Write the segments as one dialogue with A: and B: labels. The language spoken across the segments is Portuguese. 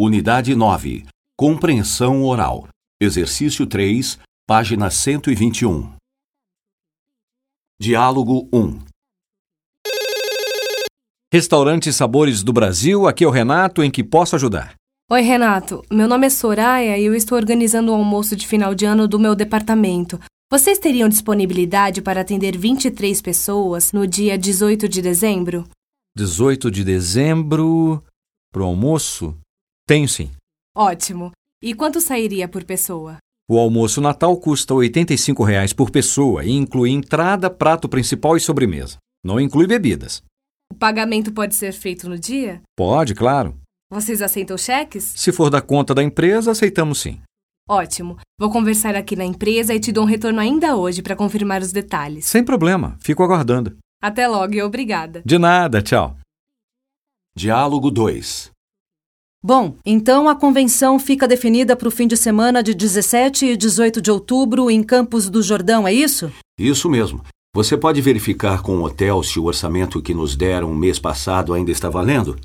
A: Unidade 9. Compreensão oral. Exercício 3, página 121. Diálogo 1.
B: Restaurante Sabores do Brasil, aqui é o Renato, em que posso ajudar.
C: Oi, Renato. Meu nome é Soraya e eu estou organizando o almoço de final de ano do meu departamento. Vocês teriam disponibilidade para atender 23 pessoas no dia 18 de dezembro?
B: 18 de dezembro, pro almoço? Tenho sim.
C: Ótimo. E quanto sairia por pessoa?
B: O almoço natal custa R$ 85 reais por pessoa e inclui entrada, prato principal e sobremesa. Não inclui bebidas.
C: O pagamento pode ser feito no dia?
B: Pode, claro.
C: Vocês aceitam cheques?
B: Se for da conta da empresa, aceitamos sim.
C: Ótimo. Vou conversar aqui na empresa e te dou um retorno ainda hoje para confirmar os detalhes.
B: Sem problema, fico aguardando.
C: Até logo e obrigada.
B: De nada, tchau.
A: Diálogo 2.
D: Bom, então a convenção fica definida para o fim de semana de 17 e 18 de outubro em Campos do Jordão, é isso?
A: Isso mesmo. Você pode verificar com o hotel se o orçamento que nos deram mês passado ainda está valendo?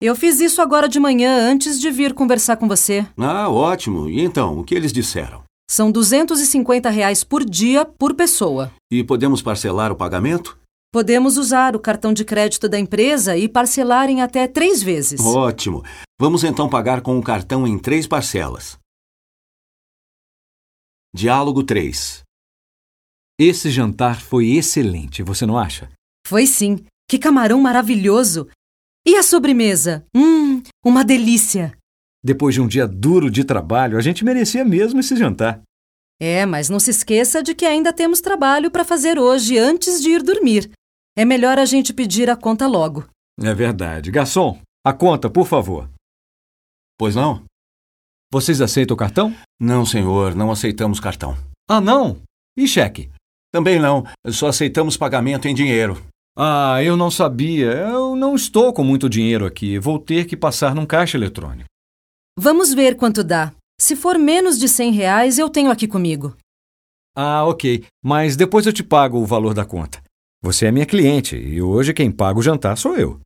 D: Eu fiz isso agora de manhã antes de vir conversar com você.
A: Ah, ótimo. E então, o que eles disseram?
D: São R$ 250 reais por dia por pessoa.
A: E podemos parcelar o pagamento?
D: Podemos usar o cartão de crédito da empresa e parcelar em até três vezes.
A: Ótimo. Vamos então pagar com o cartão em três parcelas. Diálogo 3.
B: Esse jantar foi excelente, você não acha?
D: Foi sim. Que camarão maravilhoso! E a sobremesa? Hum, uma delícia!
B: Depois de um dia duro de trabalho, a gente merecia mesmo esse jantar.
D: É, mas não se esqueça de que ainda temos trabalho para fazer hoje antes de ir dormir. É melhor a gente pedir a conta logo.
B: É verdade. Garçom, a conta, por favor.
A: Pois não?
B: Vocês aceitam o cartão?
A: Não, senhor, não aceitamos cartão.
B: Ah, não! E cheque?
A: Também não, só aceitamos pagamento em dinheiro.
B: Ah, eu não sabia. Eu não estou com muito dinheiro aqui. Vou ter que passar num caixa eletrônico.
D: Vamos ver quanto dá. Se for menos de 100 reais, eu tenho aqui comigo.
B: Ah, ok. Mas depois eu te pago o valor da conta. Você é minha cliente e hoje quem paga o jantar sou eu.